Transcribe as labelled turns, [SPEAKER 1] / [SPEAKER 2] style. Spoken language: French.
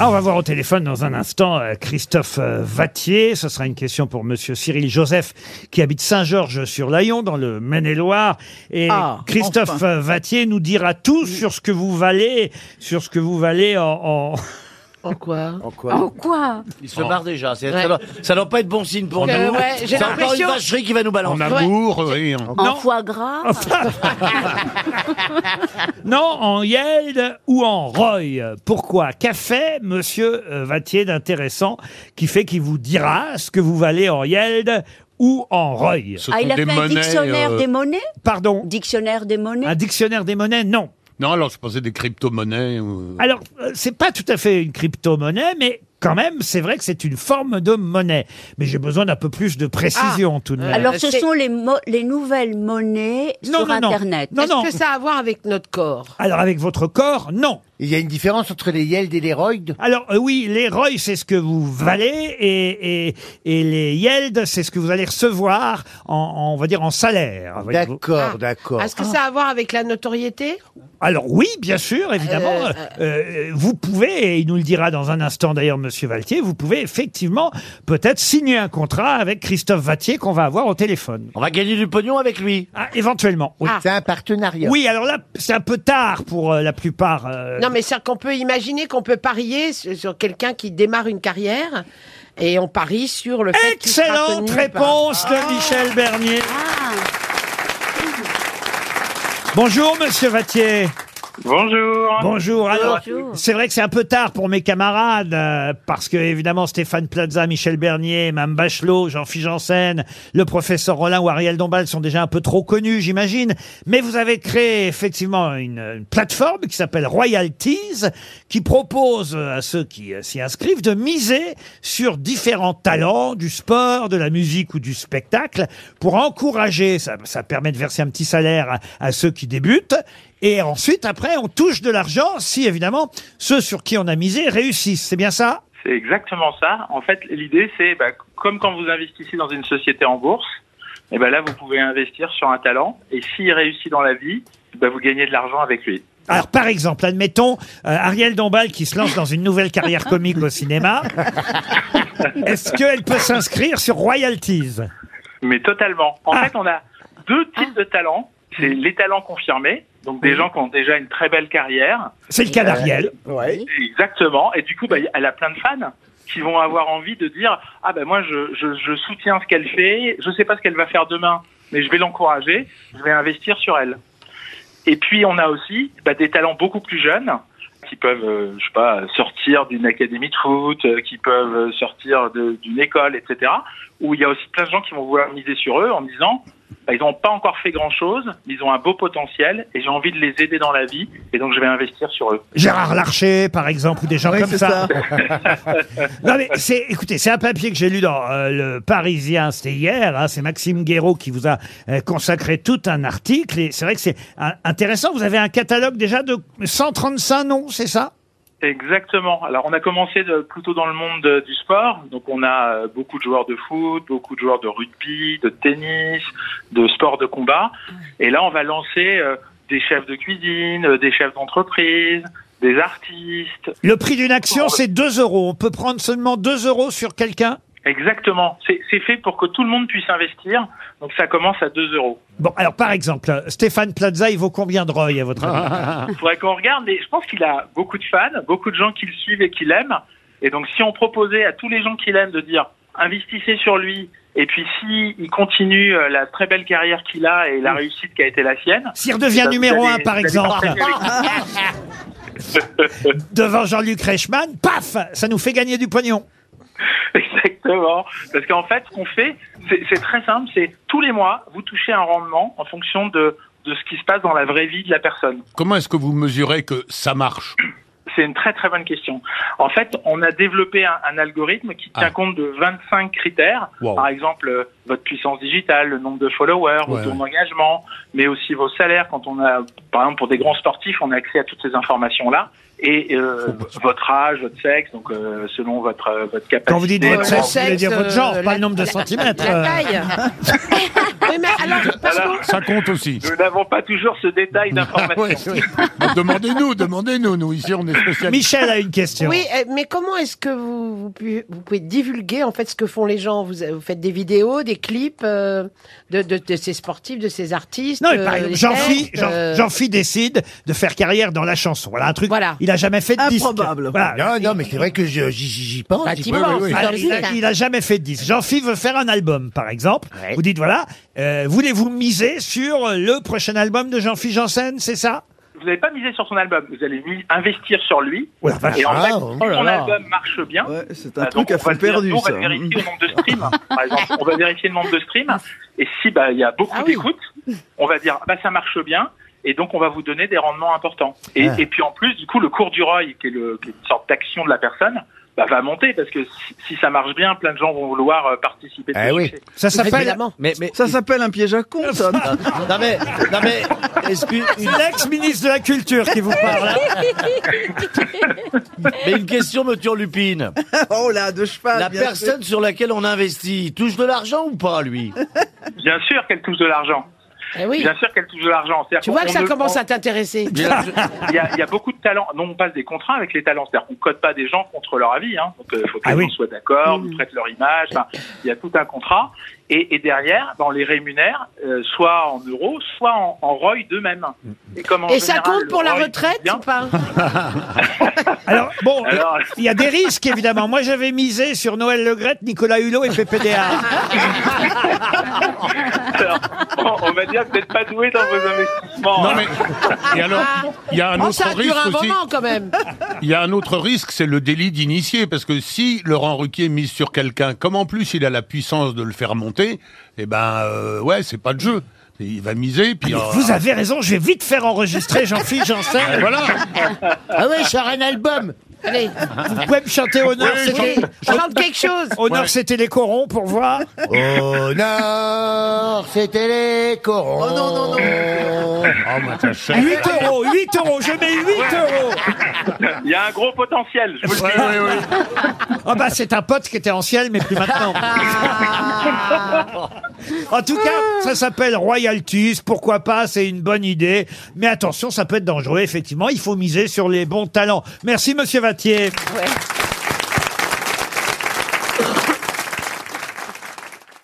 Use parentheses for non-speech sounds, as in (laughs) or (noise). [SPEAKER 1] Ah, on va voir au téléphone dans un instant euh, Christophe euh, Vatier. Ce sera une question pour Monsieur Cyril Joseph qui habite Saint-Georges-sur-Layon dans le Maine-et-Loire. Et
[SPEAKER 2] Ah,
[SPEAKER 1] Christophe
[SPEAKER 2] enfin.
[SPEAKER 1] euh, Vatier nous dira tout sur ce que vous valez, sur ce que vous valez en... (laughs) en-
[SPEAKER 3] En quoi
[SPEAKER 4] En quoi
[SPEAKER 5] quoi
[SPEAKER 4] Il se barre déjà. c'est-
[SPEAKER 3] Ouais.
[SPEAKER 4] Ça, doit, ça doit pas être bon signe pour
[SPEAKER 3] En
[SPEAKER 4] nous.
[SPEAKER 3] amour. Ouais, j'ai
[SPEAKER 4] C'est encore une
[SPEAKER 3] l'impression-
[SPEAKER 4] vacherie qui va nous
[SPEAKER 6] En
[SPEAKER 4] balancer.
[SPEAKER 6] amour, oui. en-
[SPEAKER 5] En
[SPEAKER 1] Non.
[SPEAKER 5] foie gras
[SPEAKER 1] Non, en Yale ou en Roy. Pourquoi Qu'a fait Monsieur euh, Vatier d'intéressant qui fait qu'il vous dira ce que vous valez en Yale ou en Roy
[SPEAKER 6] Ce
[SPEAKER 5] Ah,
[SPEAKER 6] sont
[SPEAKER 5] il a
[SPEAKER 6] des
[SPEAKER 5] fait un
[SPEAKER 6] monnaies,
[SPEAKER 5] dictionnaire
[SPEAKER 6] euh,
[SPEAKER 5] des monnaies
[SPEAKER 1] Pardon
[SPEAKER 5] Dictionnaire des monnaies
[SPEAKER 1] Un dictionnaire des monnaies Non.
[SPEAKER 6] Non, alors je pensais des crypto-monnaies. ou-
[SPEAKER 1] Alors, euh, c'est pas tout à fait une crypto-monnaie, mais quand même, c'est vrai que c'est une forme de monnaie. Mais j'ai besoin d'un peu plus de précision tout de même.
[SPEAKER 5] Alors, ce
[SPEAKER 3] c'est-
[SPEAKER 5] sont les, mo- les nouvelles monnaies
[SPEAKER 1] Ah, Non,
[SPEAKER 5] sur
[SPEAKER 1] non, non.
[SPEAKER 5] Internet.
[SPEAKER 1] Non,
[SPEAKER 3] Est-ce
[SPEAKER 1] non.
[SPEAKER 3] que ça a à voir avec notre corps
[SPEAKER 1] Alors, avec votre corps, non.
[SPEAKER 4] Il y a une différence entre les Yeld et les Royd
[SPEAKER 1] Alors, euh, oui, les Roy, c'est ce que vous valez, et, et, et les Yeld, c'est ce que vous allez recevoir en, en- on va dire, en salaire. voyez-vous.
[SPEAKER 4] D'accord,
[SPEAKER 3] Ah.
[SPEAKER 4] d'accord.
[SPEAKER 3] Est-ce que ça a à voir avec la notoriété
[SPEAKER 1] Alors oui, bien sûr, évidemment,
[SPEAKER 3] Euh,
[SPEAKER 1] euh, euh, vous pouvez, et il nous le dira dans un instant d'ailleurs Monsieur Valtier, vous pouvez effectivement peut-être signer un contrat avec Christophe Vatier qu'on va avoir au téléphone.
[SPEAKER 4] On va gagner du pognon avec lui.
[SPEAKER 1] Ah, éventuellement, oui.
[SPEAKER 3] Ah.
[SPEAKER 4] C'est un partenariat.
[SPEAKER 1] Oui, alors là, c'est un peu tard pour euh, la plupart. euh,
[SPEAKER 3] Non, mais c'est qu'on peut imaginer qu'on peut parier sur sur quelqu'un qui démarre une carrière et on parie sur le fait qu'il sera
[SPEAKER 1] Excellente
[SPEAKER 3] tenu par-
[SPEAKER 1] réponse de Michel Bernier.
[SPEAKER 5] Ah,
[SPEAKER 1] Bonjour Monsieur Vatier.
[SPEAKER 7] Bonjour.
[SPEAKER 1] Bonjour. Alors,
[SPEAKER 5] Bonjour.
[SPEAKER 1] c'est vrai que c'est un peu tard pour mes camarades euh, parce que évidemment Stéphane Plaza, Michel Bernier, Mme Bachelot, Jean-Philippe Janssen, le professeur Rollin ou Ariel Dombal sont déjà un peu trop connus, j'imagine. Mais vous avez créé effectivement une, une plateforme qui s'appelle Royalties qui propose à ceux qui euh, s'y inscrivent de miser sur différents talents du sport, de la musique ou du spectacle pour encourager, ça, ça permet de verser un petit salaire à, à ceux qui débutent. Et ensuite, après, on touche de l'argent si, évidemment, ceux sur qui on a misé réussissent. C'est bien ça
[SPEAKER 7] C'est exactement ça. En fait, l'idée, c'est bah, comme quand vous investissez dans une société en bourse, et ben là, vous pouvez investir sur un talent, et s'il réussit dans la vie, bah, vous gagnez de l'argent avec lui.
[SPEAKER 1] Alors, par exemple, admettons euh, Ariel Dombal qui se lance dans une nouvelle carrière comique au cinéma. Est-ce qu'elle peut s'inscrire sur Royalties
[SPEAKER 7] Mais totalement. En
[SPEAKER 1] Ah.
[SPEAKER 7] fait, on a deux types de talents. C'est les talents confirmés, donc des gens qui ont déjà une très belle carrière.
[SPEAKER 1] C'est le cas d'Ariel.
[SPEAKER 4] Ouais.
[SPEAKER 7] Exactement. Et du coup, bah, elle a plein de fans qui vont avoir envie de dire ah ben moi je, je, je soutiens ce qu'elle fait, je sais pas ce qu'elle va faire demain, mais je vais l'encourager, je vais investir sur elle. Et puis on a aussi bah, des talents beaucoup plus jeunes qui peuvent euh, je sais pas sortir d'une académie de foot, euh, qui peuvent euh, sortir de- d'une école, etc. Où il y a aussi plein de gens qui vont vouloir miser sur eux en disant bah, ils n'ont pas encore fait grand chose, mais ils ont un beau potentiel et j'ai envie de les aider dans la vie et donc je vais investir sur eux.
[SPEAKER 1] Gérard Larcher, par exemple, ou des gens
[SPEAKER 4] Oui,
[SPEAKER 1] comme
[SPEAKER 4] c'est
[SPEAKER 1] ça. non mais c'est, écoutez, c'est un papier que j'ai lu dans euh, le Parisien, c'était hier. hein, c'est Maxime Guéraud qui vous a euh, consacré tout un article. Et c'est vrai que c'est euh, intéressant. Vous avez un catalogue déjà de 135 noms, c'est ça
[SPEAKER 7] Exactement. Alors on a commencé de- plutôt dans le monde de- du sport, donc on a euh, beaucoup de joueurs de foot, beaucoup de joueurs de rugby, de tennis, de sport de combat, et là on va lancer euh, des chefs de cuisine, euh, des chefs d'entreprise, des artistes.
[SPEAKER 1] Le prix d'une action, c'est 2 euros. On peut prendre seulement 2 euros sur quelqu'un.
[SPEAKER 7] Exactement. C'est c'est fait pour que tout le monde puisse investir, donc ça commence à 2 euros.
[SPEAKER 1] Bon, alors par exemple, euh, Stéphane Plaza, il vaut combien de Roy à votre avis
[SPEAKER 7] Il faudrait qu'on regarde, mais je pense qu'il a beaucoup de fans, beaucoup de gens qui le suivent et qui l'aiment. Et donc, si on proposait à tous les gens qui l'aiment de dire investissez sur lui, et puis si il continue euh, la très belle carrière qu'il a et la réussite qui a été la sienne.
[SPEAKER 1] S'il redevient
[SPEAKER 7] ben, vous
[SPEAKER 1] Mm. numéro
[SPEAKER 7] allez-
[SPEAKER 1] 1, par
[SPEAKER 7] vous allez
[SPEAKER 1] exemple,
[SPEAKER 7] partager avec-
[SPEAKER 1] devant Jean-Luc Reichmann, paf Ça nous fait gagner du pognon.
[SPEAKER 7] (laughs) Exactement. Parce qu'en fait, ce qu'on fait, c'est c'est très simple c'est tous les mois, vous touchez un rendement en fonction de, de ce qui se passe dans la vraie vie de la personne.
[SPEAKER 6] Comment est-ce que vous mesurez que ça marche
[SPEAKER 7] C'est une très très bonne question. En fait, on a développé un, un algorithme qui tient
[SPEAKER 6] Ah.
[SPEAKER 7] compte de 25 critères.
[SPEAKER 6] Wow.
[SPEAKER 7] Par exemple, euh, votre puissance digitale, le nombre de followers,
[SPEAKER 6] Ouais,
[SPEAKER 7] votre
[SPEAKER 6] ouais.
[SPEAKER 7] engagement, mais aussi vos salaires. Quand on a, par exemple, pour des grands sportifs, on a accès à toutes ces informations-là. Et euh, votre âge, votre sexe, donc euh, selon votre, euh, votre capacité.
[SPEAKER 1] Quand vous dites votre
[SPEAKER 3] le
[SPEAKER 1] sexe, vous voulez
[SPEAKER 3] sexe,
[SPEAKER 1] dire votre
[SPEAKER 3] euh,
[SPEAKER 1] genre,
[SPEAKER 3] la-
[SPEAKER 1] pas le nombre de centimètres.
[SPEAKER 3] La
[SPEAKER 1] euh.
[SPEAKER 3] taille. (laughs) oui, mais alors, parce
[SPEAKER 7] Voilà.
[SPEAKER 3] que-
[SPEAKER 6] Ça compte aussi.
[SPEAKER 7] Nous n'avons pas toujours ce détail d'information.
[SPEAKER 6] Ouais, ouais. Bah, demandez-nous, demandez-nous. Nous, ici, on est spécialistes.
[SPEAKER 1] Euh, Michel a une question.
[SPEAKER 3] Oui, euh, mais comment est-ce que vous, vous, pu- vous pouvez divulguer en fait ce que font les gens vous, vous faites des vidéos, des clips euh, de, de, de ces sportifs, de ces artistes.
[SPEAKER 1] Non, mais par
[SPEAKER 3] euh,
[SPEAKER 1] exemple,
[SPEAKER 3] des
[SPEAKER 1] Jean-Phi,
[SPEAKER 3] textes,
[SPEAKER 1] Jean-
[SPEAKER 3] euh,
[SPEAKER 1] Jean-Phi décide de faire carrière dans la chanson. Voilà un truc.
[SPEAKER 3] Voilà.
[SPEAKER 1] Il a jamais fait de disque.
[SPEAKER 2] Improbable.
[SPEAKER 1] Voilà.
[SPEAKER 4] Non, non, mais c'est vrai que je- j'y j'y pense.
[SPEAKER 3] Bah,
[SPEAKER 4] j'y
[SPEAKER 3] t'y
[SPEAKER 4] pense.
[SPEAKER 3] penses,
[SPEAKER 4] Oui, oui,
[SPEAKER 3] c'est
[SPEAKER 1] Ah,
[SPEAKER 3] dans
[SPEAKER 1] il,
[SPEAKER 3] le
[SPEAKER 1] a,
[SPEAKER 3] site,
[SPEAKER 1] il a jamais fait de disque. Jean-Philippe veut faire un album, par exemple.
[SPEAKER 4] Ouais.
[SPEAKER 1] Vous dites, voilà, euh, voulez-vous miser sur le prochain album de Jean-Philippe Janssen, c'est ça
[SPEAKER 7] Vous n'avez pas misé sur son album, vous allez mi- investir sur lui.
[SPEAKER 1] Oh la vache.
[SPEAKER 7] et en fait,
[SPEAKER 4] Ah,
[SPEAKER 7] si
[SPEAKER 4] oh là
[SPEAKER 7] son
[SPEAKER 4] là.
[SPEAKER 7] album marche bien,
[SPEAKER 2] Ouais, c'est un
[SPEAKER 7] bah, donc
[SPEAKER 2] truc à
[SPEAKER 7] on va
[SPEAKER 2] fond
[SPEAKER 7] le dire-
[SPEAKER 2] perdu,
[SPEAKER 7] nous, on va
[SPEAKER 2] ça.
[SPEAKER 7] le vérifier le nombre de
[SPEAKER 2] (laughs)
[SPEAKER 7] streams, par exemple. On va vérifier le nombre de streams. Et si bah, il y a beaucoup
[SPEAKER 3] Ah oui.
[SPEAKER 7] d'écoutes, on va dire, ah bah, ça marche bien. Et donc, on va vous donner des rendements importants. Et,
[SPEAKER 4] Ah.
[SPEAKER 7] et puis, en plus, du coup, le cours du ROI, qui est, le, qui est une sorte d'action de la personne, bah, va monter parce que si, si ça marche bien, plein de gens vont vouloir euh, participer.
[SPEAKER 2] Ah
[SPEAKER 4] Eh oui.
[SPEAKER 1] Ça s'appelle
[SPEAKER 3] évidemment.
[SPEAKER 4] Mais, mais,
[SPEAKER 2] Ça s'appelle un piège à con,
[SPEAKER 7] (laughs)
[SPEAKER 2] ça.
[SPEAKER 4] non, mais, non, mais, excuse- une-
[SPEAKER 1] l'ex-ministre de la Culture qui vous parle.
[SPEAKER 4] mais une question me turlupine.
[SPEAKER 2] oh là, de cheval.
[SPEAKER 4] La
[SPEAKER 2] bien sûr.
[SPEAKER 4] personne sur laquelle on investit, il touche de l'argent ou pas, lui
[SPEAKER 7] Bien sûr qu'elle touche de l'argent.
[SPEAKER 3] Eh oui.
[SPEAKER 7] Bien sûr qu'elle touche de l'argent. C'est-à-dire
[SPEAKER 3] Tu vois
[SPEAKER 7] qu'on-
[SPEAKER 3] que
[SPEAKER 7] on
[SPEAKER 3] ça
[SPEAKER 7] ne-
[SPEAKER 3] commence
[SPEAKER 7] on-
[SPEAKER 3] à t'intéresser.
[SPEAKER 7] Il y, a, il y a beaucoup de talents. Non, on passe des contrats avec les talents. C'est-à-dire qu'on code pas des gens contre leur avis. Hein. Donc, il faut que
[SPEAKER 1] Ah
[SPEAKER 7] les
[SPEAKER 1] oui.
[SPEAKER 7] gens soient d'accord,
[SPEAKER 3] Mmh.
[SPEAKER 7] nous prêtent leur image. Enfin, il y a tout un contrat. Et, et derrière, dans les rémunère, euh, soit en euros, soit en, en ROI d'eux-mêmes. Et, comme en
[SPEAKER 3] Et ça
[SPEAKER 7] général,
[SPEAKER 3] compte
[SPEAKER 7] le
[SPEAKER 3] pour la
[SPEAKER 7] ROI
[SPEAKER 3] retraite
[SPEAKER 7] bien,
[SPEAKER 3] ou pas
[SPEAKER 1] Alors, bon,
[SPEAKER 7] Alors-
[SPEAKER 1] il y a des risques, évidemment. Moi, j'avais misé sur Noël Legrette, Nicolas Hulot et PPDA.
[SPEAKER 7] alors, on, on va dire que vous n'êtes pas doué dans vos investissements. hein.
[SPEAKER 6] Non, mais. Et alors, il y a un
[SPEAKER 3] Oh,
[SPEAKER 6] autre
[SPEAKER 3] Ça dure
[SPEAKER 6] risque
[SPEAKER 3] un
[SPEAKER 6] aussi.
[SPEAKER 3] moment quand même.
[SPEAKER 6] Il y a un autre risque, c'est le délit d'initié, parce que si Laurent Ruquier mise sur quelqu'un, comme en plus il a la puissance de le faire monter, eh ben euh, ouais, c'est pas de jeu. Il va miser, puis euh,
[SPEAKER 1] vous avez raison, je vais vite faire enregistrer Jean-Philippe Janssen.
[SPEAKER 6] voilà.
[SPEAKER 4] Ah ouais, je sors un album.
[SPEAKER 3] Allez,
[SPEAKER 1] Vous pouvez me chanter Honneur,
[SPEAKER 6] Ah. Oui,
[SPEAKER 1] c'était...
[SPEAKER 3] allez, chante quelque chose.
[SPEAKER 1] Honneur,
[SPEAKER 6] Ouais.
[SPEAKER 1] c'était les corons pour voir.
[SPEAKER 4] Au nord, c'était les corons.
[SPEAKER 2] Oh non, Oh, non,
[SPEAKER 4] non.
[SPEAKER 6] Ben,
[SPEAKER 1] 8 euros, 8 euros, je mets 8 euros.
[SPEAKER 7] Il y a un gros potentiel. Je vous le dis.
[SPEAKER 6] Ouais, ouais, ouais.
[SPEAKER 1] Ah bah c'est un pote qui était en ciel mais plus maintenant. en tout cas, ça s'appelle royalties, pourquoi pas, c'est une bonne idée. Mais attention, ça peut être dangereux, effectivement, il faut miser sur les bons talents. Merci Monsieur Vattier.